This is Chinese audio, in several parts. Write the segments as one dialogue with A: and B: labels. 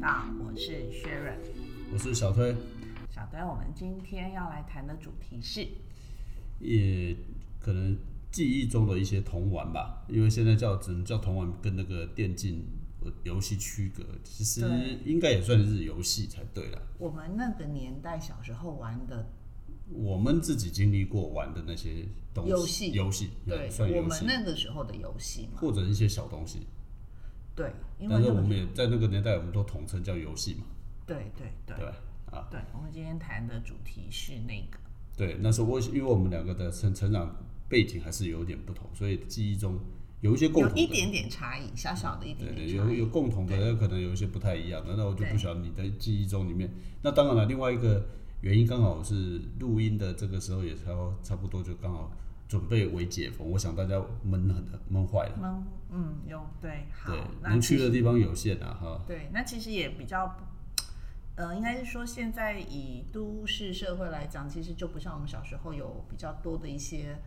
A: 道，我是 Sharon。
B: 我是小推，
A: 小队，我们今天要来谈的主题是，
B: 也可能记忆中的一些童玩吧，因为现在叫只能叫童玩，跟那个电竞呃游戏区隔，其实
A: 对
B: 应该也算是游戏才对啦。
A: 我们那个年代小时候玩的，
B: 我们自己经历过玩的那些东西，
A: 游戏
B: 游戏
A: 对
B: 嗯算，
A: 我
B: 游
A: 们
B: 戏，
A: 那个时候的游戏嘛，
B: 或者一些小东西，
A: 对，因为
B: 但是
A: 那
B: 我
A: 个
B: 们也在那个年代，我们都统称叫游戏嘛，
A: 对对对
B: 对吧？啊，
A: 对，我们今天谈的主题是那个，
B: 对，那时候我因为我们两个的成成长背景还是有点不同，所以记忆中有一些共
A: 有
B: 同的，
A: 一点点差异，小小的一
B: 对
A: 点
B: 对，
A: 点差
B: 有
A: 异，
B: 有共同的，
A: 对
B: 那可能有一些不太一样的，那我就
A: 对
B: 不晓得你的记忆中里面。那当然了，另外一个原因刚好是录音的这个时候也差不多差不多就刚好准备为解封，我想大家闷很闷坏了，
A: 嗯嗯，有对，好
B: 对，，
A: 那
B: 能
A: 其
B: 去
A: 实
B: 的地方有限啊哈，
A: 对，那其实也比较，呃，应该是说现在以都市社会来讲，其实就不像我们小时候有比较多的一些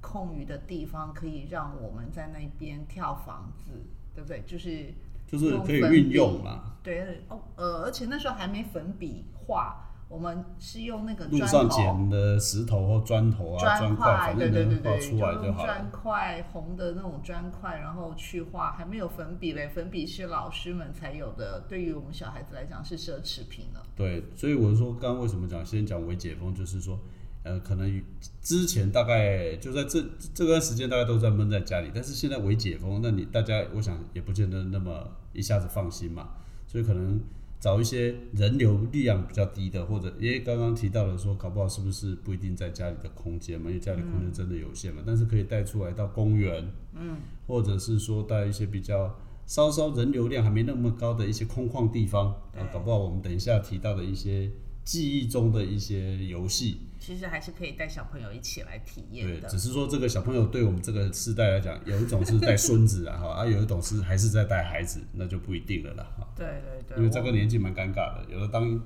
A: 空余的地方，可以让我们在那边跳房子，对不对？就是
B: 就是可以
A: 用粉笔
B: 运用嘛。
A: 对哦，呃，而且那时候还没粉笔画，我们是用那个
B: 路
A: 砖
B: 上
A: 头。
B: 捡的石头或砖头啊、砖块，
A: 块，
B: 反
A: 对
B: 正
A: 对对
B: 能画
A: 对，
B: 出来就
A: 用
B: 好了
A: 砖。块红的那种砖块，然后去画，还没有粉笔嘞，粉笔是老师们才有的，对于我们小孩子来讲是奢侈品了。
B: 对，所以我说刚刚为什么讲先讲微解封，就是说，呃，可能之前大概就在这这段时间大家都在闷在家里，但是现在微解封，那你大家我想也不见得那么一下子放心嘛，所以可能找一些人流力量比较低的，或者因为刚刚提到了说，搞不好是不是不一定在家里的空间嘛，因为家里空间真的有限嘛，但是可以带出来到公园，嗯，或者是说到一些比较。稍稍人流量还没那么高的一些空旷地方，啊，搞不好我们等一下提到的一些记忆中的一些游戏，
A: 其实还是可以带小朋友一起来体验
B: 对，
A: 的。
B: 只是说这个小朋友对我们这个世代来讲，有一种是带孙子啊，哈， 啊，有一种是还是在带孩子，那就不一定了啦，哈，
A: 对对对，
B: 因为这
A: 我
B: 个年纪蛮尴尬的，有的当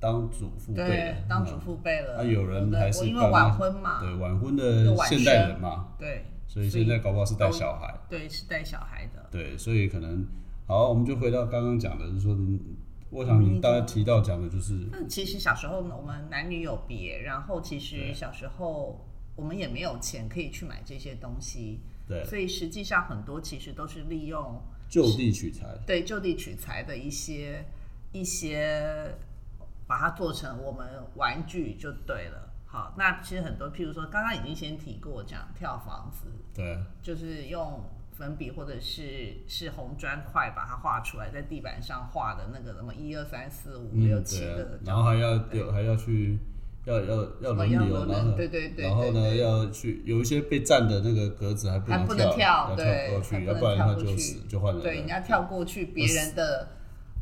B: 当祖父辈的
A: 对，当主
B: 嗯
A: 父辈了，
B: 啊有人
A: 的
B: 还是
A: 我因为
B: 刚
A: 晚婚嘛，
B: 对晚婚
A: 又
B: 的
A: 晚
B: 现代人嘛，
A: 对，
B: 所以现在搞不好是带小孩。
A: 对是带小孩的，
B: 对，所以可能好，我们就回到刚刚讲的，就是说，嗯我想你大概提到讲的就是，
A: 那其实小时候呢，我们男女有别，然后其实
B: 对
A: 小时候我们也没有钱可以去买这些东西，
B: 对，
A: 所以实际上很多其实都是利用
B: 就地取材，
A: 对就地取材的一些一些，把它做成我们玩具就对了。好，那其实很多，譬如说刚刚已经先提过讲跳房子，
B: 对，
A: 就是用粉笔或者是是红砖块把它画出来，在地板上画的那个什么一二三四五
B: 嗯，
A: 六七
B: 对啊
A: 的，，
B: 然后还要有还要去。要要
A: 什
B: 要
A: 么
B: 轮
A: 要
B: 流，
A: 轮
B: 然后
A: 对对对
B: 然后
A: 对
B: 呢，
A: 对
B: 要去有一些被占的那个格子还不
A: 还
B: 能
A: 不能
B: 跳，要
A: 对，
B: 过
A: 还
B: 去，
A: 不
B: 要
A: 能
B: 不然
A: 跳
B: 他
A: 过
B: 就
A: 去
B: 死就换人了。
A: 对，你要跳过去别人的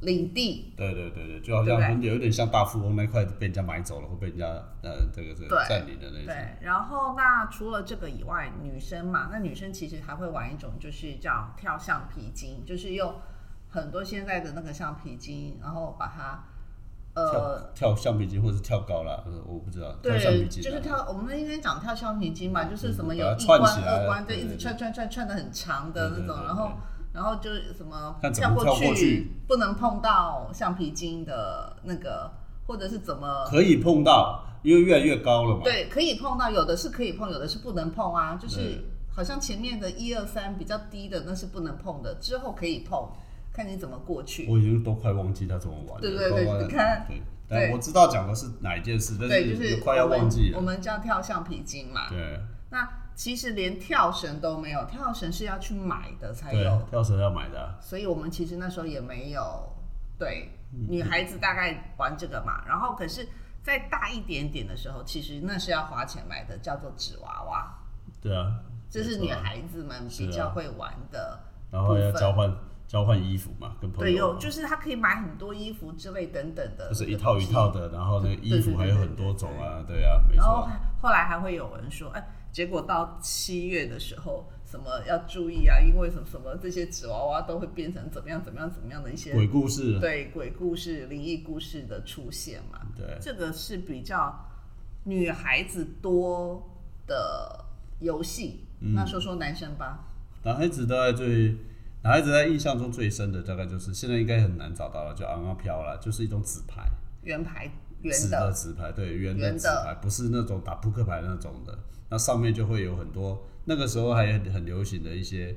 A: 领地，
B: 对对对对，就好
A: 对不对
B: 像有点像大富翁那块被人家买走了，或被人家呃这个这个
A: 对
B: 占领的那种。
A: 对。然后那除了这个以外，女生嘛，那女生其实还会玩一种就是叫跳橡皮筋，就是用很多现在的那个橡皮筋，然后把它呃
B: 跳跳橡皮筋或者是跳高啦，呃我不知道。跳橡
A: 对，
B: 皮筋
A: 就是
B: 啊嗯
A: 跳，我们应该讲跳橡皮筋嘛，就是什么有
B: 把它
A: 一关、
B: 串起来
A: 二关，
B: 对
A: 一直
B: 对嗯
A: 串串串串的很长的那
B: 对对
A: 种，
B: 对
A: 然后
B: 对
A: 然后就是什么
B: 看怎么
A: 过
B: 跳过去
A: 不能碰到橡皮筋的那个，或者是怎么。
B: 可以碰到，因为越来越高了嘛。
A: 对，可以碰到，有的是可以碰，有的是不能碰啊。就是
B: 对
A: 好像前面的一二三比较低的那是不能碰的，之后可以碰，看你怎么过去。
B: 我已经都快忘记他怎么玩了。
A: 对对
B: 包括
A: 对，你看，
B: 对，
A: 对
B: 但我知道讲的是哪一件事，但
A: 对，就是
B: 快要
A: 我们
B: 忘记
A: 我
B: 了。
A: 们叫跳橡皮筋嘛。
B: 对
A: 那其实连跳绳都没有，跳绳是要去买的才有，
B: 对，跳绳要买的啊，
A: 所以我们其实那时候也没有。对，女孩子大概玩这个嘛，然后可是再大一点点的时候，其实那是要花钱买的，叫做纸娃娃，
B: 对啊，
A: 这是
B: 没
A: 女
B: 错啊。
A: 孩子们
B: 是啊
A: 比较会玩的。
B: 然后要
A: 部分
B: 交换交换衣服嘛，啊跟朋
A: 对，
B: 友
A: 有
B: 嘛。
A: 就是她可以买很多衣服之类等等的，
B: 就是一套一套。的，然后那个衣服还有很多种啊，对啊，没
A: 然
B: 错
A: 后
B: 啊，
A: 后来还会有人说，哎，结果到七月的时候，什么要注意啊，因为什么什么这些纸娃娃都会变成怎么样怎么样怎么样的一些
B: 鬼故事，
A: 对鬼故事、灵异故事的出现嘛，
B: 对
A: 这个是比较女孩子多
B: 嗯
A: 的游戏。那说说男生吧，
B: 男孩子大概最男孩子在印象中最深的大概就是现在应该很难找到了，就昂昂飘了，就是一种纸牌，
A: 圆牌
B: 纸
A: 圆
B: 的
A: 的，
B: 纸牌，对，圆的
A: 圆
B: 纸
A: 的
B: 牌，不是那种打扑克牌那种的，那上面就会有很多，那个时候还很很流行的一些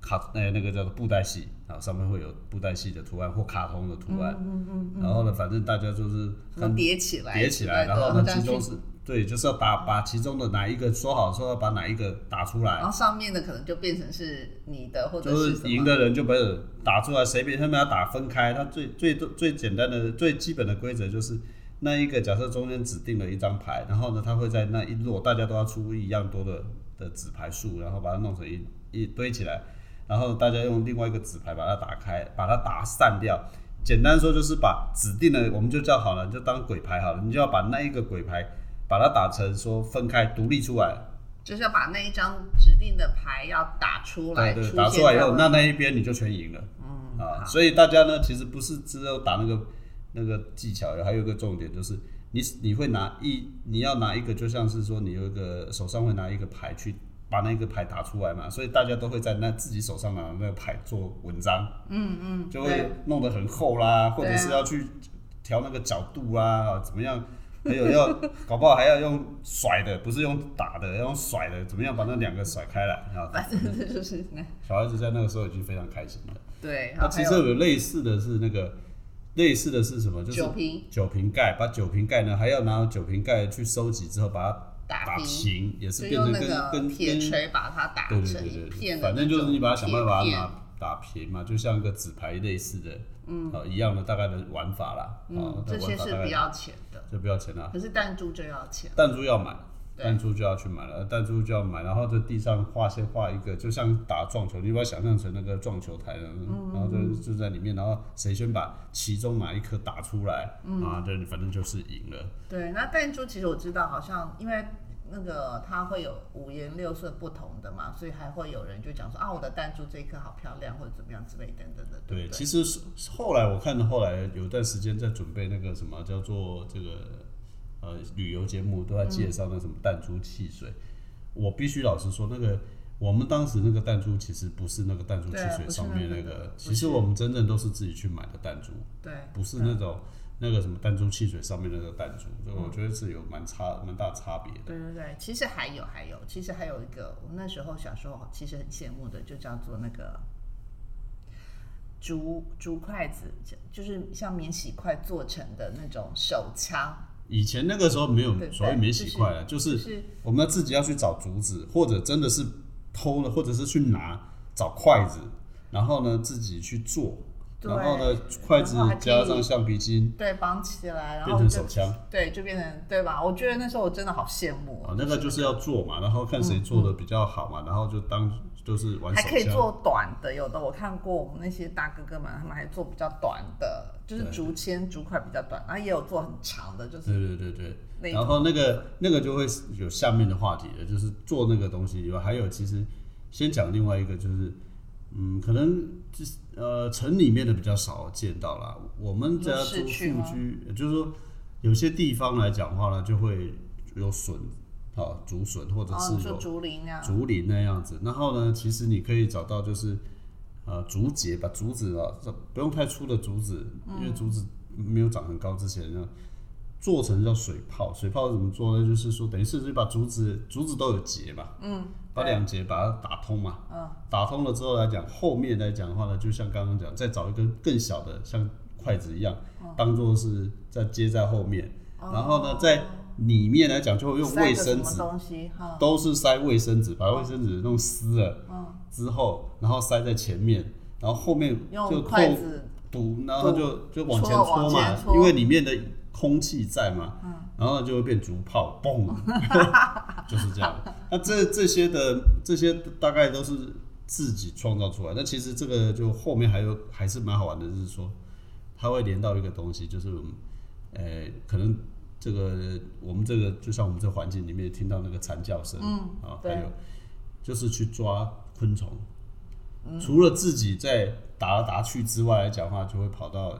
B: 卡，呃那那个叫做布袋戏啊，上面会有布袋戏的图案或卡通的图案，嗯嗯然后呢，反正大家就是
A: 什
B: 很
A: 么叠起来之类的，
B: 嗯叠起来，然后呢，
A: 这样
B: 其中
A: 去
B: 是对，就是要把把其中的哪一个说好，说要把哪一个打出来
A: 然，后上面的可能就变成是你的，或者
B: 就是
A: 什
B: 赢
A: 么
B: 的人就不是打出来，谁比他们要打分开。他最最最简单的、最基本的规则就是，那一个假设中间指定了一张牌，然后呢，他会在那一摞大家都要出一样多的的纸牌数，然后把它弄成一一堆起来，然后大家用另外一个纸牌把它打开，把它打散掉。简单说就是把指定的，我们就叫好了，就当鬼牌好了，你就要把那一个鬼牌把它打成说分开独立出来，
A: 就是要把那一张指定的牌要打出来，
B: 对对，
A: 出
B: 打
A: 现
B: 出来以
A: 在
B: 后，
A: 我
B: 那那一边你就全赢了。
A: 嗯
B: 啊，
A: 好
B: 所以大家呢，其实不是只有打那个那个技巧，还有一个重点就是你你会拿一你要拿一个，就像是说你有一个手上会拿一个牌去把那个牌打出来嘛，所以大家都会在那自己手上拿的那个牌做文章，
A: 嗯嗯，
B: 就
A: 对
B: 会弄得很厚啦，或者
A: 对啊
B: 是要去调那个角度啦，啊怎么样？还有 要搞不好还要用甩的，不是用打的，要用甩的，怎么样把那两个甩开来啊？
A: 反正 这就是那
B: 小孩子在那个时候已经非常开心了。
A: 对，
B: 那
A: 然后
B: 其
A: 还
B: 实
A: 有
B: 有类似的是那个，类似的是什么？就是
A: 酒瓶
B: 酒瓶盖，把酒瓶盖呢还要拿酒瓶盖去收集之后把它
A: 打
B: 打
A: 平，
B: 平，也是
A: 就
B: 变成
A: 用那
B: 跟
A: 个
B: 跟
A: 铁
B: 跟
A: 锤把它打
B: 对
A: 成
B: 对
A: 一
B: 对
A: 片
B: 对，
A: 的
B: 反
A: 那种铁片，
B: 正就是你把它想办法拿啊打平嘛，就像一个纸牌类似的，嗯，啊一样的大概的玩法啦，啊
A: 嗯，，这
B: 那玩
A: 些
B: 法
A: 是
B: 大
A: 不
B: 概
A: 要钱的，
B: 就不要钱啦，
A: 可是弹珠就要钱，
B: 弹珠要买。
A: 对
B: 弹珠就要去买了，弹珠就要买，然后在地上画线画一个，就像打撞球，你把它想象成那个撞球台的，
A: 嗯
B: 然后就就在里面，然后谁先把其中哪一颗打出来，
A: 嗯
B: 啊，对，反正就是赢了。
A: 对，那弹珠其实我知道，好像因为那个它会有五颜六色不同的嘛，所以还会有人就讲说啊，我的弹珠这一颗好漂亮，或者怎么样之类等等的，
B: 对，
A: 不对？
B: 其实是后来我看到后来有段时间在准备那个什么叫做这个呃旅游节目，都在介绍那什么弹珠汽水。我必须老实说，那个我们当时那个弹珠其实不是那个弹珠汽
A: 对
B: 水
A: 不是
B: 上
A: 那
B: 面
A: 个
B: 那
A: 的
B: 个，
A: 不
B: 其实
A: 是
B: 我们真正都是自己去买的弹珠，
A: 对，嗯
B: 不是那种那个什么弹珠汽水上面那个弹珠，所以我觉得是有蛮差蛮大差别的。
A: 对对对，其实还有还有，其实还有一个，我那时候小时候其实很羡慕的，就叫做那个竹竹筷子，就是像免洗筷做成的那种手枪，
B: 以前那个时候没有
A: 对
B: 所谓
A: 对
B: 免
A: 就
B: 洗
A: 是
B: 筷了，就是
A: 是
B: 我们要自己要去找竹子，或者真的是偷了，或者是去拿找筷子，然后呢自己去做，
A: 对
B: 然后呢筷子
A: 然后还可以
B: 加上橡皮筋
A: 对绑起来，然
B: 变
A: 后
B: 成
A: 就
B: 手枪
A: 对就变成对吧？我觉得那时候我真的好羡慕哦
B: 啊，那个就是要做嘛，然后看谁做的比较好嘛，然后就当就是玩
A: 嗯还
B: 手
A: 可以
B: 枪。
A: 做短的，有的我看过我们那些大哥哥们，他们还做比较短的，就是
B: 对
A: 竹签、竹筷比较短，然后也有做很长的，就是
B: 对对对对，
A: 那
B: 然后那个那个就会有下面的话题了，就是做那个东西以外，还有其实先讲另外一个就是，嗯，可能就是呃城里面的比较少见到啦。我们只要
A: 你说
B: 住
A: 市区吗
B: 附居，也就是说有些地方来讲话呢，就会有笋啊竹笋或者
A: 哦，你
B: 是
A: 说
B: 有
A: 竹林啊，
B: 竹林那样子。然后呢，其实你可以找到就是呃竹节，把竹子啊，这不用太粗的竹子，
A: 嗯
B: 因为竹子没有长很高之前呢，做成叫水泡。水泡是怎么做呢？就是说等于是就把竹子，竹子都有节嘛，
A: 嗯，
B: 把
A: 对
B: 两节把它打通嘛。
A: 嗯，
B: 打通了之后来讲，后面来讲的话呢，就像刚刚讲，再找一根更小的，像筷子一样，
A: 嗯
B: 当做是在接在后面。然后呢，在里面来讲，就会用
A: 哦塞
B: 卫
A: 个
B: 生纸
A: 什么东西哈，
B: 都是塞卫生纸，
A: 嗯
B: 把卫生纸弄湿了，之后然后塞在前面，然后后面就
A: 用
B: 扣
A: 筷子
B: 堵，然后就就往前
A: 戳
B: 搓
A: 往
B: 嘛
A: 前，嗯戳
B: 因为里面的空气在嘛，然后就会变竹炮， 嘣，就是这样。那这这些的这些大概都是自己创造出来。那其实这个就后面还有还是蛮好玩的，就是说它会连到一个东西，就是我们呃可能。这个我们这个就像我们这环境里面听到那个蝉叫声，
A: 嗯
B: 啊，还
A: 对
B: 有就是去抓昆虫，除了自己在打来打去之外来讲的话，就会跑到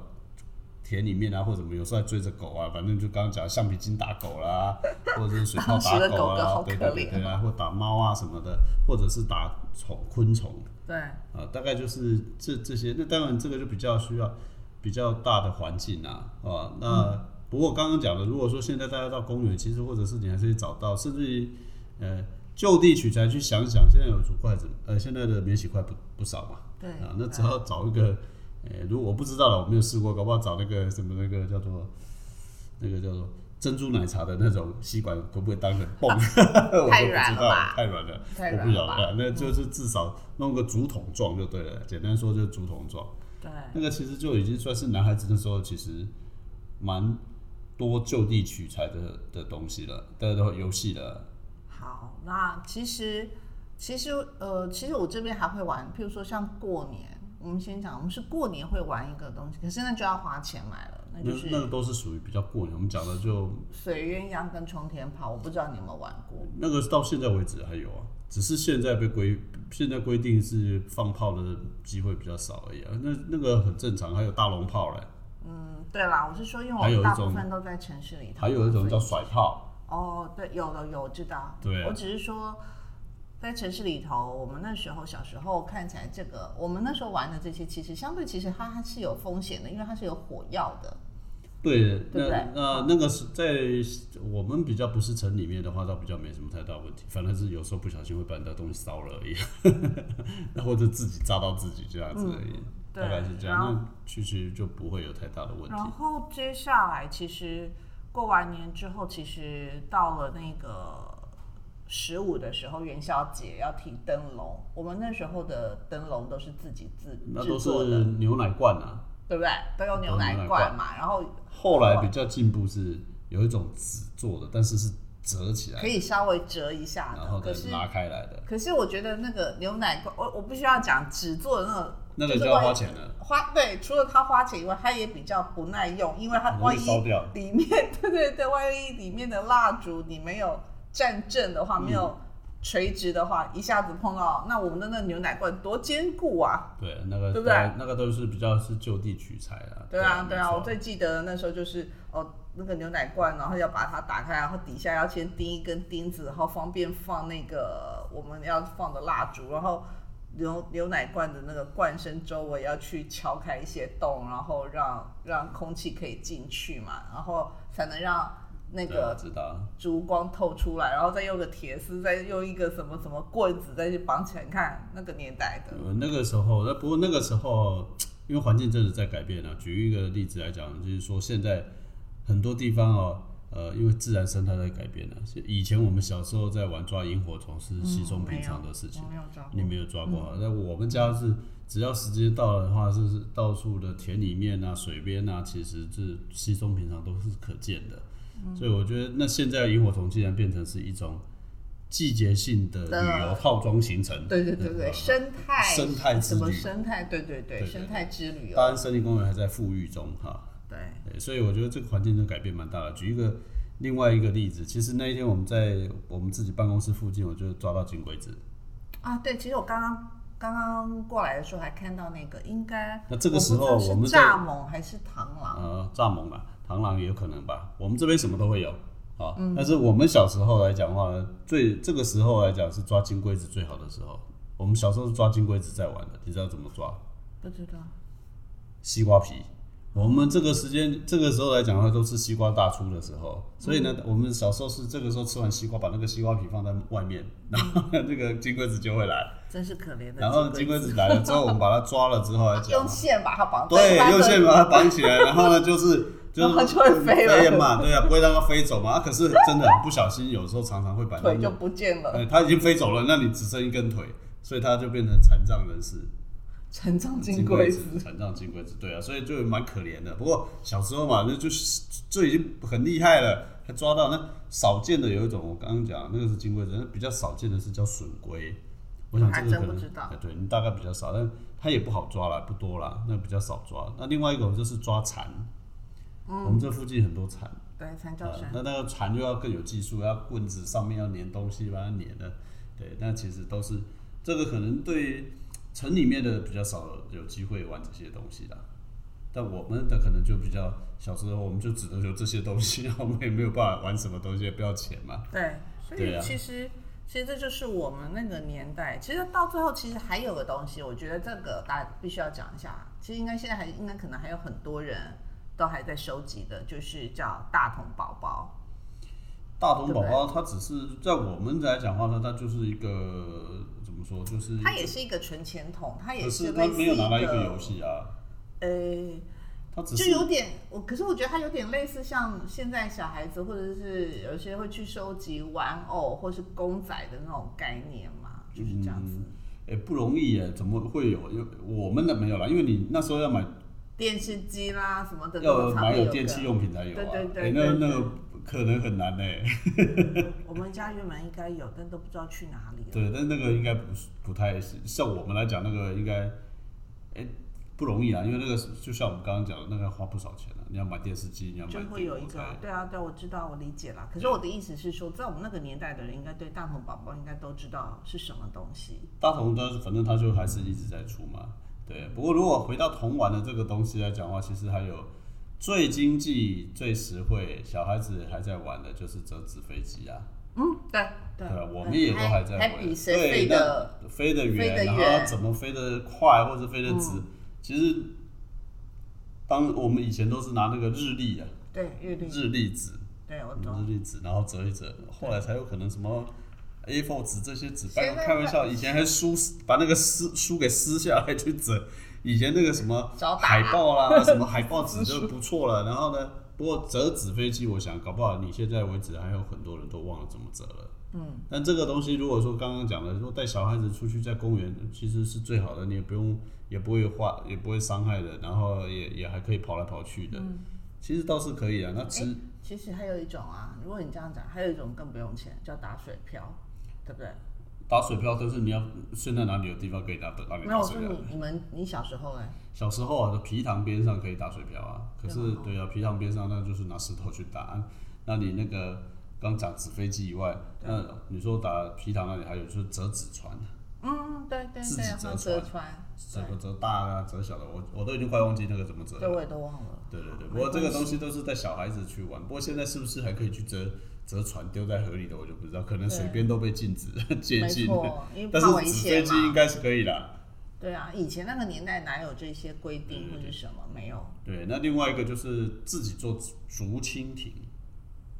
B: 田里面啊，或者什么，有时候还追着狗啊，反正就刚刚讲橡皮筋打 狗啦，或者是水泡
A: 当时
B: 打
A: 的狗
B: 啊，
A: 狗好
B: 对
A: 可
B: 对对
A: 怜哦
B: 对啊，或打猫啊什么的，或者是打虫昆虫，
A: 对对，
B: 啊，大概就是这这些。那当然，这个就比较需要比较大的环境啊，啊，
A: 嗯
B: 那、不过刚刚讲的，如果说现在大家到公园，其实或者是你还是可以找到，甚至于呃就地取材去想想，现在有竹筷子，呃，现在的免洗筷不不少嘛，
A: 对
B: 啊，那只要找一个，呃，如果我不知道了，我没有试过，搞不好找那个什么那个叫做那个叫做。珍珠奶茶的那种吸管可不可以当成泵？ 我
A: 太
B: 就不
A: 软
B: 知
A: 了
B: 道
A: 吧，
B: 太软了。
A: 太
B: 我
A: 软
B: 不晓
A: 了吧？嗯
B: 得，那就是至少弄个竹筒状就对了。简单说就是竹筒状，
A: 对，
B: 那个其实就已经算是男孩子那时候其实蛮多就地取材的的东西了，的的游戏了。
A: 好，那其实其实呃，其实我这边还会玩，譬如说像过年，我们先讲，我们是过年会玩一个东西，可是那就要花钱买了，那
B: 那
A: 就是
B: 那个都是属于比较过年，我们讲的就
A: 水鸳鸯跟冲天炮，我不知道你有没有玩过。
B: 那个到现在为止还有啊，只是现在被规现在规定是放炮的机会比较少而已啊。那那个很正常，还有大龙炮嘞，
A: 嗯，对啦，我是说，因为我
B: 还
A: 们
B: 有一
A: 大部
B: 种
A: 分都在城市里头嘛，
B: 还有一种叫
A: 所以
B: 甩炮。
A: 哦，对，有的有，我知道。
B: 对啊
A: 我只是说，在城市里头，我们那时候小时候看起来，这个我们那时候玩的这些，其实相对其实它它是有风险的，因为它是有火药的。对
B: 对，
A: 不对
B: 那呃那那个是在我们比较不是城里面的话，倒比较没什么太大问题，反正是有时候不小心会把人家东西烧了而已， 那或者自己炸到自己这样子而已，
A: 嗯对
B: 大概是这
A: 然后
B: 样。那其实就不会有太大的问题
A: 然。后接下来，其实过完年之后，其实到了那个十五的时候，元宵节要提灯笼。我们那时候的灯笼都是自己自
B: 那
A: 制
B: 都
A: 作
B: 是
A: 的，
B: 牛奶罐啊。
A: 对不对？都用牛
B: 都
A: 奶
B: 牛奶
A: 罐
B: 罐
A: 嘛，然后
B: 后来
A: 啊
B: 比较进步是有一种纸做的，但是是折起来
A: 可，以稍微折一下
B: 然后
A: 的。
B: 再
A: 可是
B: 拉开来的，
A: 可是我觉得那个牛奶罐，我我必须要讲纸做的那个，
B: 那个
A: 就是
B: 就要
A: 万一
B: 花钱了。
A: 花对，除了它花钱以外，它也比较不耐用，因为它
B: 很
A: 啊
B: 容
A: 万
B: 易
A: 一
B: 烧掉
A: 里面 对对对，万一里面的蜡烛你没有站正的话，
B: 嗯
A: 没有垂直的话，一下子碰到，那我们的那个牛奶罐多坚固啊！
B: 对，那个
A: 对不对
B: 那个都是比较是就地取材啊。
A: 对啊，对
B: 没
A: 啊，
B: 错
A: 我最记得那时候就是哦，那个牛奶罐，然后要把它打开，然后底下要先钉一根钉子，然后方便放那个我们要放的蜡烛，然后牛牛奶罐的那个罐身周围要去敲开一些洞，然后让让空气可以进去嘛，然后才能让那
B: 对啊
A: 个
B: 知道。
A: 烛光透出来，然后再用个铁丝，再用一个什么什么棍子再去绑起来，你看那个年代的，
B: 呃，那个时候，那不过那个时候，因为环境真的在改变啊。举一个例子来讲，就是说现在很多地方哦，呃，因为自然生态在改变了、是以前我们小时候在玩抓萤火虫是稀松平常的事情，
A: 我嗯没有嗯抓过
B: 你没有抓过、啊。那、我们家是只要时间到了的话，就是到处的田里面啊、水边啊，其实是稀松平常都是可见的。
A: 嗯
B: 所以我觉得，那现在萤火虫竟然变成是一种季节性的
A: 的
B: 旅游套装行程，
A: 对对对对，
B: 嗯
A: 生态
B: 生态之
A: 什么
B: 旅
A: 生态？对对对，
B: 对对
A: 生态之旅
B: 大
A: 哦，
B: 安森林公园还在富裕中哈、
A: 对，
B: 对所以我觉得这个环境的改变蛮大的。举一个另外一个例子，其实那一天我们在我们自己办公室附近，我就抓到金龟子。
A: 啊对，其实我刚刚刚刚过来的时候还看到那个，应该
B: 那这个时
A: 我不
B: 候
A: 知道
B: 我们
A: 是
B: 在
A: 蚱蜢还是螳螂？
B: 呃，蚱蜢吧，螳螂也有可能吧。我们这边什么都会有啊，但是我们小时候来讲的话呢，最这个时候来讲是抓金龟子最好的时候。我们小时候是抓金龟子在玩的，你知道怎么抓？
A: 不知道，
B: 西瓜皮。我们这个时间，这个时候来讲的话，都是西瓜大出的时候，所以呢，
A: 嗯
B: 我们小时候是这个时候吃完西瓜，把那个西瓜皮放在外面，然后那个金龟子就会来，
A: 真是可怜的。
B: 然后金龟子来了之后，我们把它抓了之后来讲
A: 用，线把它绑
B: 对，用线把它
A: 它
B: 绑起来，然后呢，就是 就
A: 然后它
B: 是
A: 就会飞了
B: 嘛，对啊，不会让它飞走嘛。啊可是真的很不小心，有时候常常会把它
A: 腿就
B: 弄，
A: 不见了，
B: 呃，它已经飞走了，那你只剩一根腿，所以它就变成残障人士。
A: 成长金
B: 金
A: 龟
B: 龟
A: 子。
B: 子，残障金龟子，对啊，所以就蛮可怜的。不过小时候嘛，那就是这已经很厉害了，还抓到那少见的有一种，我刚刚讲那个是金龟子，那比较少见的是叫笋龟。我想这个可
A: 还真
B: 能
A: 不知道
B: 哎对你大概比较少，但它也不好抓啦，不多啦，那比较少抓。那另外一种就是抓蝉，我们这附近很多蝉，
A: 对，三角
B: 呃
A: 山，
B: 那那个蝉就要更有技术，要棍子上面要粘东西，把它粘的。对，那其实都是这个可能对城里面的比较少有机会玩这些东西啦。但我们的可能就比较小时候，我们就只能有这些东西，我们也没有办法玩什么东西，也不要钱嘛。
A: 对，所
B: 对
A: 以
B: 啊
A: 其实其实这就是我们那个年代。其实到最后，其实还有个东西，我觉得这个大家必须要讲一下。其实应该现在还应该可能还有很多人都还在收集的，就是叫大同宝宝。
B: 大同宝宝它只是在我们来讲话呢，它就是一个怎么说，就是
A: 它也是一个存钱筒，它也
B: 嗯可是它
A: 类似
B: 没有
A: 一
B: 拿
A: 个
B: 来一个游戏啊，
A: 呃，
B: 它只
A: 就是有点我，可是我觉得它有点类似像现在小孩子或者是有些会去收集玩偶或是公仔的那种概念嘛，就是这样子。
B: 嗯也不容易耶，怎么会有？因为我们的没有啦，因为你那时候要买
A: 电视机啦什么的，
B: 要
A: 都常
B: 买
A: 会
B: 有
A: 个
B: 电器用品才有啊，
A: 对对对
B: 哎那
A: 对对
B: 那个可能很难哎。
A: 我们家原本应该有，但都不知道去哪里了。
B: 对，但那个应该不是不太是像我们来讲，那个应该，哎，不容易啊，因为那个是就像我们刚刚讲的，那个要花不少钱啊，你要买电视机，你要买
A: 就
B: 电
A: 会有一
B: 锅
A: 个
B: 菜，
A: 对啊，对啊，我知道，我理解了。可是我的意思是说，在我们那个年代的人，应该对大同宝宝应该都知道是什么东西。
B: 大同的，反正它就还是一直在出嘛。对，不过如果回到童玩的这个东西来讲的话，其实还有最经济、最实惠，小孩子还在玩的就是折纸飞机啊。
A: 嗯，对对嗯
B: 对，啊我们也都还在
A: 还
B: 玩
A: 比谁飞
B: 对
A: 的
B: 飞得
A: 飞得
B: 远，然
A: 远嗯
B: 后怎么飞得快或者飞得直，其实当我们以前都是拿那个日历啊，
A: 对阅历，
B: 日历纸，
A: 对我懂。
B: 日历纸，然后折一折，后来才有可能什么 A4 纸这些纸。
A: 现在
B: 开玩笑，以前还书把那个撕书给撕下来去折，以前那个什么
A: 找打
B: 海 报啦，什么海报纸就不错了。然后呢，不过折纸飞机，我想搞不好你现在为止还有很多人都忘了怎么折了。嗯，但这个东西如果说刚刚讲的，如果带小孩子出去在公园，其实是最好的，你也不用，也不会花，也不会伤害的，然后也也还可以跑来跑去的，其实倒是可以啊。
A: 哎
B: 那只
A: 其实还有一种啊，如果你这样讲，还有一种更不用钱，叫打水漂，对不对？
B: 打水漂，但是你要现在哪里有地方可以打打你
A: 没有，
B: 打
A: 我
B: 水
A: 说
B: 漂？
A: 你你们你小时候嘞，哎
B: 小时候啊，皮塘边上可以打水漂啊，可
A: 对
B: 是对啊，皮塘边上那就是拿石头去打。啊那你那个刚讲纸飞机以外，那你说打皮塘那里还有就是折纸船，
A: 嗯，对对
B: 自己
A: 对，
B: 折
A: 黄折穿，
B: 折个折大啊，折小的，我我都已经快忘记那个怎么折
A: 对，
B: 了。
A: 我也都忘了。
B: 对对对，
A: 没
B: 不过这个
A: 关
B: 东西都是带小孩子去玩，不过现在是不是还可以去折折船丢在河里的，我就不知道，可能
A: 对
B: 水边都被禁止 接
A: 没
B: 近，
A: 错，因为
B: 但
A: 怕危
B: 是纸飞
A: 险
B: 机应
A: 嘛。
B: 该是可以啦。
A: 对啊，以前那个年代哪有这些规
B: 嗯
A: 定或者什么？没有。
B: 对，那另外一个就是自己做竹蜻蜓，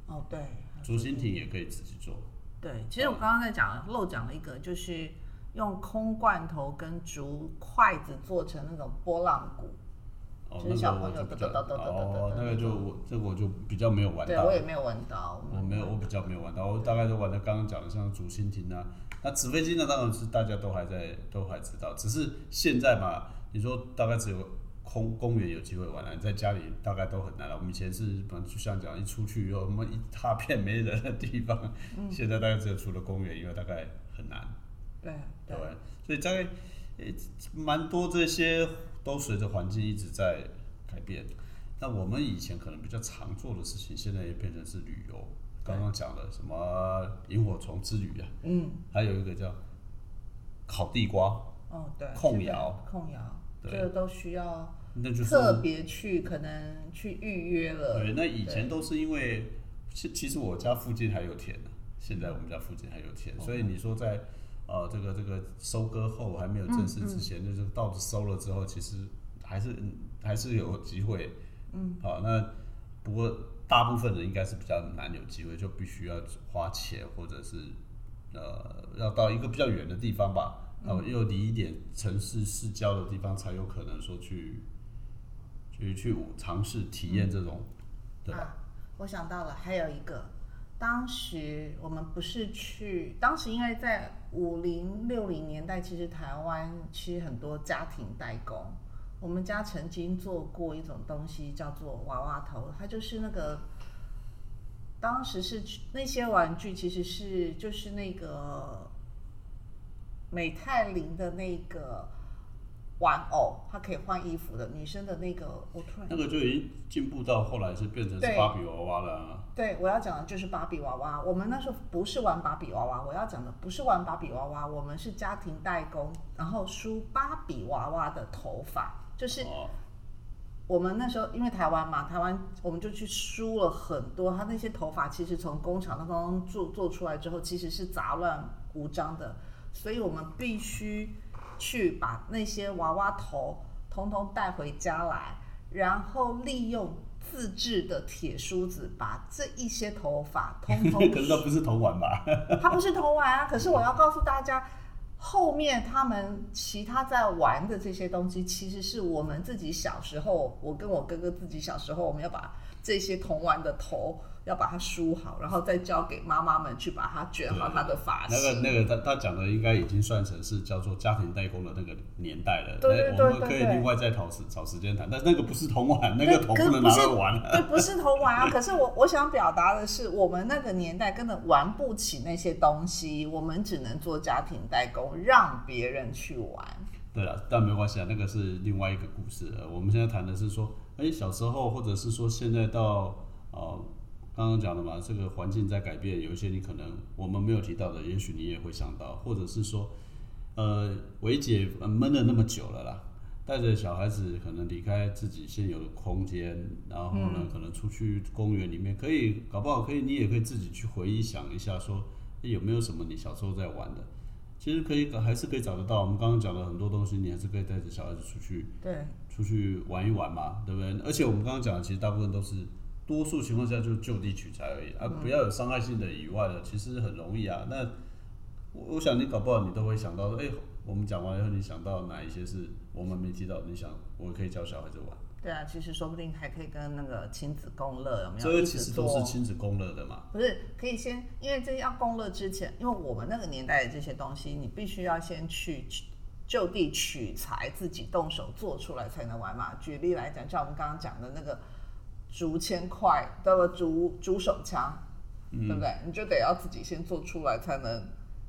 A: 哦，对，
B: 竹蜻蜓也可以自己做。
A: 对，其实
B: 哦
A: 我刚刚在讲漏讲了一个，就是用空罐头跟竹筷子做成那种波浪鼓，
B: 哦，
A: 就
B: 那
A: 是小
B: 个
A: 朋
B: 我
A: 友
B: 就比较
A: 哒哒哒哒哒哒
B: 哦，那个就我这个我就比较没有玩
A: 对
B: 到
A: 我，也没有闻到，
B: 我没有，我比较没有玩到，我大概都玩的刚刚讲的像竹蜻蜓啊，那纸飞机呢，当然是大家都还在都还知道，只是现在嘛，你说大概只有空公园有机会玩了、你在家里大概都很难了。我们以前是反正就像讲一出去以后，我们一踏遍没人的地方，
A: 嗯
B: 现在大概只有除了公园以外，大概很难。
A: 对
B: 对啊
A: 对，
B: 所以大概呃蛮多这些都随着环境一直在改变。那我们以前可能比较常做的事情，现在也变成是旅游。刚刚讲的什么萤火虫之旅啊，
A: 嗯，
B: 还有一个叫烤地瓜，
A: 哦对，
B: 控
A: 这个
B: 窑，
A: 控窑，
B: 对
A: 这个都需要
B: 那就是
A: 特别去可能去预约了，
B: 对。那以前都是因为，其其实我家附近还有田呢、啊现在我们家附近还有田，所以你说在呃这个这个收割后还没有正式之前，就是稻子收了之后，其实还是嗯还是有机会。嗯，好、那不过大部分人应该是比较难有机会，就必须要花钱或者是呃要到一个比较远的地方吧。然后又离一点城市市郊的地方，才有可能说去去去尝试体验这种，对吧？
A: 啊，我想到了，还有一个，当时我们不是去，当时因为在五零六零年代，其实台湾其实很多家庭代工。我们家曾经做过一种东西叫做娃娃头，它就是那个，当时是那些玩具其实是就是那个美泰琳的那个玩偶，它可以换衣服的，女生的那个，我突然
B: 那个就已经进步到后来是变成是
A: 啊对
B: 芭比娃娃了啊、
A: 对，我要讲的就是芭比娃娃。我们那时候不是玩芭比娃娃，我要讲的不是玩芭比娃娃，我们是家庭代工，然后梳芭比娃娃的头发，就是
B: 哦
A: 我们那时候因为台湾嘛，台湾我们就去梳了很多，他那些头发其实从工厂当中做做出来之后，其实是杂乱无章的，所以我们必须去把那些娃娃头通通带回家来，然后利用自制的铁梳子把这一些头发通通
B: 可是那不是头碗吧？
A: 它不是头玩啊，可是我要告诉大家，后面他们其他在玩的这些东西，其实是我们自己小时候，我跟我哥哥自己小时候，我们要把这些童玩的头要把它梳好，然后再交给妈妈们去把它卷好它的发
B: 那个
A: 型。
B: 那个他他讲的应该已经算成是叫做家庭代工的那个年代了。
A: 对对
B: 那
A: 对
B: 我们可以
A: 对对
B: 另外再讨时找时间谈，但是那个不是铜碗，那
A: 对
B: 个铜
A: 可
B: 不能
A: 不
B: 拿
A: 是
B: 来玩啊。
A: 对，不是童玩啊。可是我我想表达的是，我们那个年代根本玩不起那些东西，我们只能做家庭代工，让别人去玩。
B: 对了，但没关系啊，那个是另外一个故事呃了。我们现在谈的是说，哎、小时候或者是说现在到呃，刚刚讲的嘛，这个环境在改变，有一些你可能我们没有提到的，也许你也会想到，或者是说，呃，维姐呃闷了那么久了啦，带着小孩子可能离开自己现有的空间，然后呢，可能出去公园里面，可以搞不好可以，你也可以自己去回忆想一下说诶有没有什么你小时候在玩的。其实可以，还是可以找得到。我们刚刚讲的很多东西，你还是可以带着小孩子出去
A: 对，
B: 出去玩一玩嘛，对不对？而且我们刚刚讲的，其实大部分都是多数情况下就就地取材而已啊，
A: 嗯
B: 不要有伤害性的以外的，其实很容易啊。那我我想你搞不好你都会想到说，哎、我们讲完以后，你想到哪一些是我们没提到？你想我可以教小孩子玩，
A: 对啊，其实说不定还可以跟那个亲子共乐有没有？
B: 这些
A: 一
B: 其
A: 起
B: 实都
A: 做
B: 是亲子共乐的嘛。
A: 不是，可以先，因为这要公乐之前，因为我们那个年代的这些东西，你必须要先去取就地取材，自己动手做出来才能玩嘛。举例来讲，像我们刚刚讲的那个竹签块，对吧？竹竹手枪，
B: 嗯
A: 对不对？你就得要自己先做出来，才能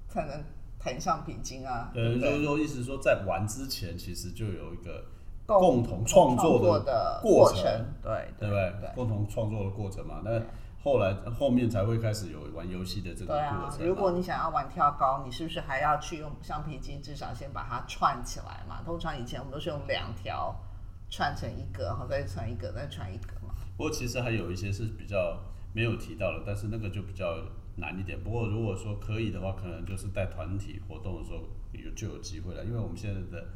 A: 才能弹橡皮筋啊，对
B: 呃，
A: 不
B: 就是
A: 对？
B: 说，意思是说，在玩之前，其实就有一个共
A: 共
B: 同创作的
A: 作的
B: 过
A: 程，对
B: 对不
A: 对
B: 对？共同创作的过程嘛。那后来后面才会开始有玩游戏的这个
A: 对啊
B: 过，程嘛。
A: 如果你想要玩跳高，你是不是还要去用橡皮筋，至少先把它串起来嘛？通常以前我们都是用两条串成一个，然后再串一个，再串一个嘛。
B: 不过其实还有一些是比较没有提到的，但是那个就比较难一点。不过如果说可以的话，可能就是带团体活动的时候有就有机会了，因为我们现在的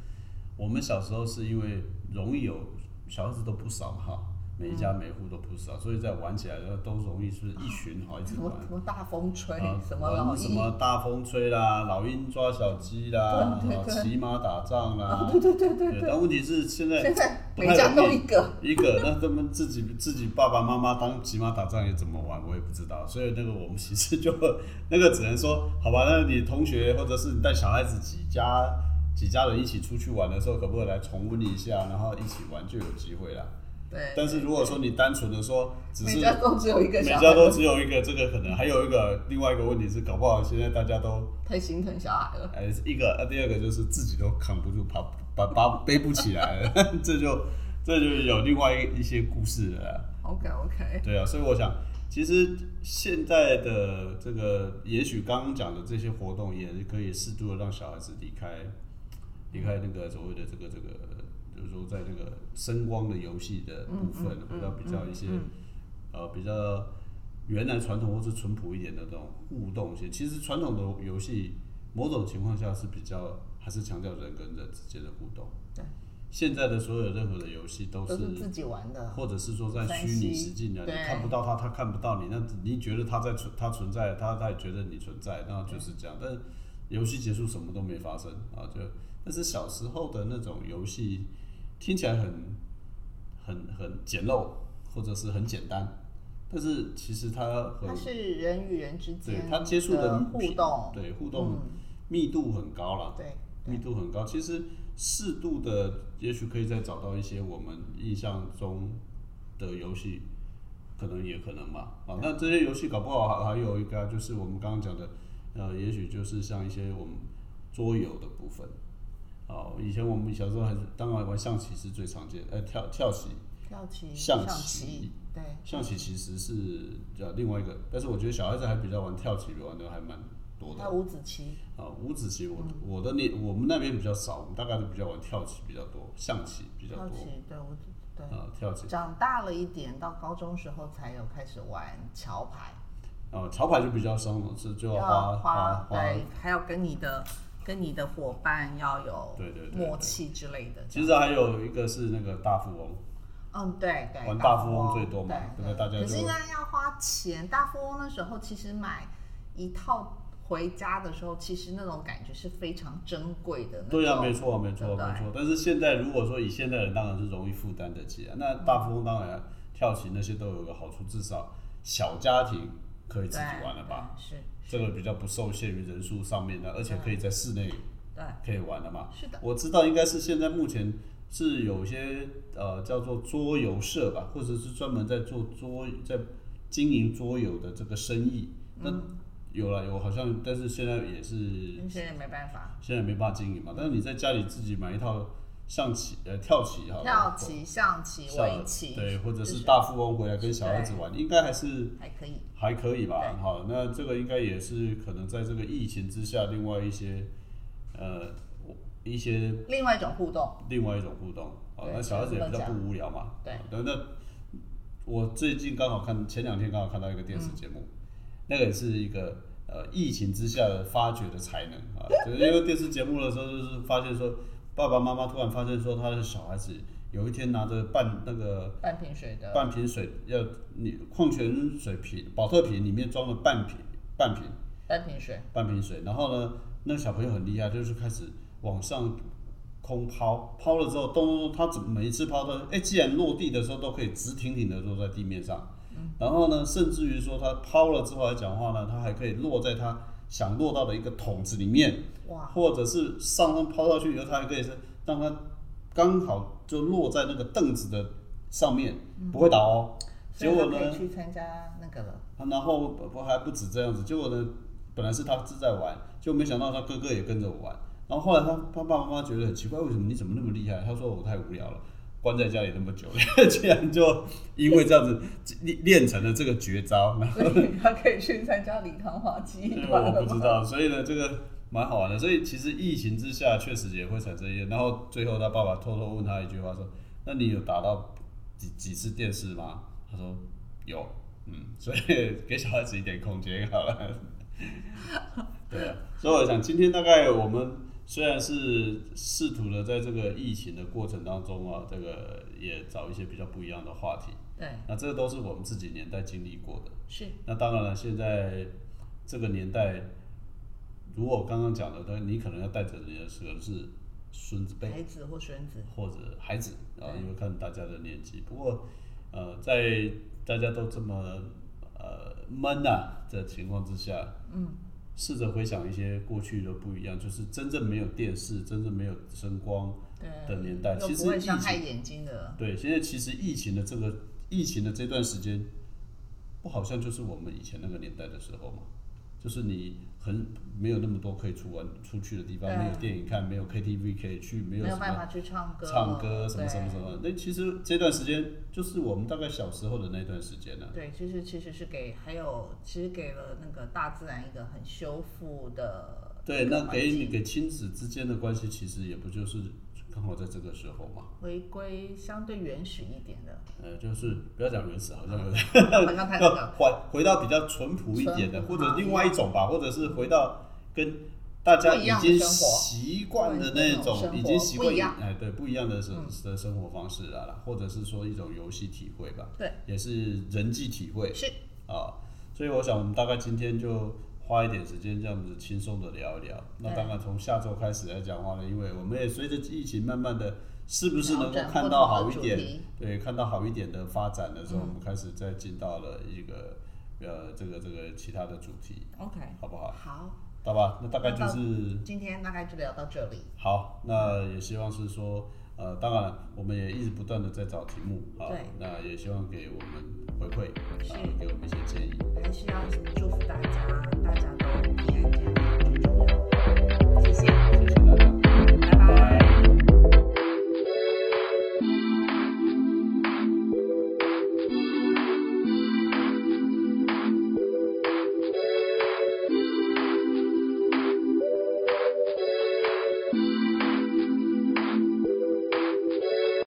B: 我们小时候是因为容易有小孩子都不少嘛哈，每一家
A: 嗯
B: 每户都不少，所以在玩起来的时候都容易是一群好一直
A: 什
B: 玩
A: 么。什么大风吹，
B: 啊，
A: 哎什么
B: 玩
A: 老
B: 什
A: 鹰，
B: 么大风吹啦，老鹰抓小鸡啦，
A: 对对
B: 啊
A: 对啊
B: 骑马打仗啦，
A: 对对对对
B: 对。但问题是现在
A: 现在
B: 不太
A: 每家都
B: 容易
A: 一个，
B: 一个，那他们自己自己爸爸妈妈当骑马打仗也怎么玩，我也不知道。所以那个我们其实就那个只能说，好吧，那你同学或者是你带小孩子几家几家人一起出去玩的时候，可不可以来重温一下，然后一起玩就有机会啦。
A: 对。
B: 但是如果说你单纯的说只是
A: 每家都只有一个
B: 每
A: 小
B: 家都
A: 孩，
B: 只有一个，这个可能还有一个另外一个问题是，搞不好现在大家都
A: 太心疼小孩了。
B: 呃，一个，呃，第二个就是自己都扛不住，爬把把背不起来了， 这就这就有另外一一些故事了啦。
A: OK OK，
B: 对啊，所以我想，其实现在的这个，也许刚刚讲的这些活动，也可以适度的让小孩子离开离开那个所谓的这个这个，就是说在那个声光的游戏的
A: 嗯
B: 部分，回到比较一些、呃比较原来传统或是淳朴一点的这种互动性。其实传统的游戏，某种情况下是比较还是强调人跟人之间的互动。
A: 对，
B: 现在的所有任何的游戏都
A: 都是自己玩的。
B: 或者是说在
A: 山
B: 虚拟
A: 西
B: 实境的，你
A: 对
B: 看不到他，他看不到你，那你觉得他在存，他存在，他他也觉得你存在，那就是这样。但是游戏结束什么都没发生啊，就但是小时候的那种游戏听起来很很很简陋，或者是很简单，但是其实它很
A: 它是人与人之
B: 对
A: 间
B: 它接触的
A: 互动，嗯
B: 对互动密度很高啦。
A: 对，
B: 密度很高。其实适度的，也许可以再找到一些我们印象中的游戏，可能也可能吧。啊，那这些游戏搞不好还还有一个啊就是我们刚刚讲的，呃，也许就是像一些我们桌游的部分。哦，以前我们小时候还是当然玩象棋是最常见，呃，跳跳棋，
A: 跳棋、
B: 象
A: 象
B: 棋
A: 棋，对。
B: 象棋其实是呃另外一个，但是我觉得小孩子还比较玩跳棋，玩的还蛮多的
A: 还。有五子棋，
B: 啊，五子棋我我的那我们那边比较少，我们大概都比较玩跳棋比较多，象棋比较
A: 跳
B: 多。
A: 棋对五子，对
B: 啊，跳级
A: 长大了一点，到高中时候才有开始玩桥牌，
B: 啊，桥牌就比较伤了，是就要
A: 要
B: 花
A: 花
B: 花。
A: 对，还要跟你的跟你的伙伴要有
B: 对对对对
A: 默契之类的。
B: 其实还有一个是那个大富翁，
A: 嗯，对对，
B: 玩大富翁最多嘛
A: 对
B: 对不对大家
A: 可是
B: 就
A: 应该要花钱，大富翁那时候其实买一套回家的时候，其实那种感觉是非常珍贵的那种。
B: 对呀、没错，没
A: 对
B: 错，没
A: 不对
B: 错。但是现在如果说以现代人，当然是容易负担得起啊。那大富翁当然跳棋那些都有个好处，至少小家庭可以自己
A: 对
B: 玩了吧？？
A: 对是，
B: 这个比较不受限于人数上面的，而且可以在室内
A: 对，
B: 可以玩了嘛。
A: 是的，
B: 我知道应该是现在目前是有一些呃叫做桌游社吧，或者是专门在做桌在经营桌游的这个生意。
A: 嗯
B: 那、有了有好像，但是现在也是
A: 现在没办法。
B: 现在没办法经营嘛。但是你在家里自己买一套象棋呃跳棋好了，
A: 跳棋、象棋、
B: 像
A: 围棋，
B: 对，或者
A: 就是
B: 大富翁回来跟小孩子玩，应该还是。
A: 还可以。
B: 还可以吧，
A: 对
B: 好，那这个应该也是可能在这个疫情之下，另外一些，呃，一些
A: 另外一种互动，
B: 另外一种互动。好，
A: 对
B: 那小孩子也比
A: 这
B: 较
A: 样
B: 不无聊嘛。
A: 对
B: 好。那那我最近刚好看，前两天刚好看到一个
A: 嗯
B: 电视节目，那个也是一个呃疫情之下的发掘的才能啊， 就是因为电视节目的时候就是发现说，爸爸妈妈突然发现说他的小孩子有一天拿着半那个
A: 半瓶水的，
B: 呃半瓶水要你矿泉水瓶保特瓶里面装了半瓶半瓶
A: 半瓶水，
B: 半瓶水，然后呢，那个小朋友很厉害，就是开始往上空抛，抛了之后，咚咚咚，他怎么每一次抛都，哎，既然落地的时候都可以直挺挺的落在地面上，
A: 嗯
B: 然后呢，甚至于说他抛了之后来讲话呢，他还可以落在他想落到的一个桶子里面，
A: 哇，
B: 或者是上上抛上去以后，他还可以是让它刚好就落在那个凳子的上面，不会倒哦。
A: 嗯所
B: 结
A: 以
B: 果
A: 他
B: 呢
A: 可，以去参加那个 了，
B: 啊然后不还不止这样子，结果呢，本来是他自在玩，就没想到他哥哥也跟着我玩。然后后来他他爸爸妈妈觉得很奇怪，为什么你怎么那么厉害？他说我太无聊了，关在家里那么久 了，竟然就因为这样子练练成了这个绝招。
A: 所以他可以去参加礼堂滑集
B: 因为
A: 团
B: 嗯
A: 了
B: 我不知
A: 吗？
B: 道，所以呢，这个蛮好玩的。所以其实疫情之下，确实也会产生一些。然后最后他爸爸偷偷问他一句话说：“那你有打到几几次电视吗？”他说：“有。”嗯， 所以给小孩子一点空间好了。 对啊，所以我想今天大概我们虽然是试图的在这个疫情的过程当中啊，这个也找一些比较不一样的话题。
A: 对，
B: 那这都是我们自己年代经历过的。
A: 是
B: 那当然了，现在这个年代，如果我刚刚讲的，那你可能要带着你的可能是孙子辈
A: 孩子或孙子，
B: 或者孩子，然后
A: 对
B: 因为看大家的年纪。不过，呃，在大家都这么呃闷啊的情况之下，
A: 嗯，
B: 试着回想一些过去的不一样，就是真正没有电视、真正没有声光
A: 对，
B: 的年代，
A: 又
B: 其
A: 不
B: 实
A: 会
B: 疫
A: 伤
B: 情
A: 害眼睛的，
B: 对，现在其实疫情的这个疫情的这段时间，不好像就是我们以前那个年代的时候嘛，就是你很没有那么多可以出玩出去的地方，
A: 对
B: 没有电影看，没有 KTV 可以去，没有
A: 没
B: 什
A: 有办
B: 么
A: 法去唱歌，
B: 唱歌什么什么什
A: 对。
B: 么。那其实这段时间就是我们大概小时候的那段时间了、
A: 对，其实其实是给，还有其实给了那个大自然一个很修复的
B: 对，
A: 一个
B: 那
A: 环
B: 给
A: 境
B: 你给亲子之间的关系，其实也不就是刚好在这个时候嘛。
A: 回归相对原始一点的，
B: 呃，就是不要讲原始，好像有点
A: 好像太那个
B: 要回回到比较淳朴一点的，
A: 淳朴
B: 或
A: 啊
B: 者另外一种吧，或者是回到跟大家已
A: 不一
B: 经
A: 样的生活
B: 习惯的那
A: 对那种生
B: 种，
A: 活
B: 已经习惯
A: 不一样嗯
B: 哎，对，不一样的生的生活方式了啦，或者是说一种游戏体会吧，
A: 对，
B: 也是人际体会
A: 是
B: 啊。所以我想，我们大概今天就花一点时间这样子轻松的聊一聊。那当然，从下周开始来讲话呢，因为我们也随着疫情慢慢的，是不是能够
A: 调整
B: 看到好
A: 不
B: 一
A: 同的
B: 点
A: 主题？
B: 对，看到好一点的发展的时候，我们开始再进到了一个呃这个这个其他的主题，
A: OK，
B: 好不好？
A: 好，
B: 好吧，那大概就是
A: 今天大概就聊到这里。
B: 好，那也希望是说。呃，当然，我们也一直不断的在找题目啊
A: 对，
B: 那也希望给我们回馈
A: 是
B: 啊，给我们一些建议。
A: 还是要祝福大家，大家都平安健康最重要。谢谢。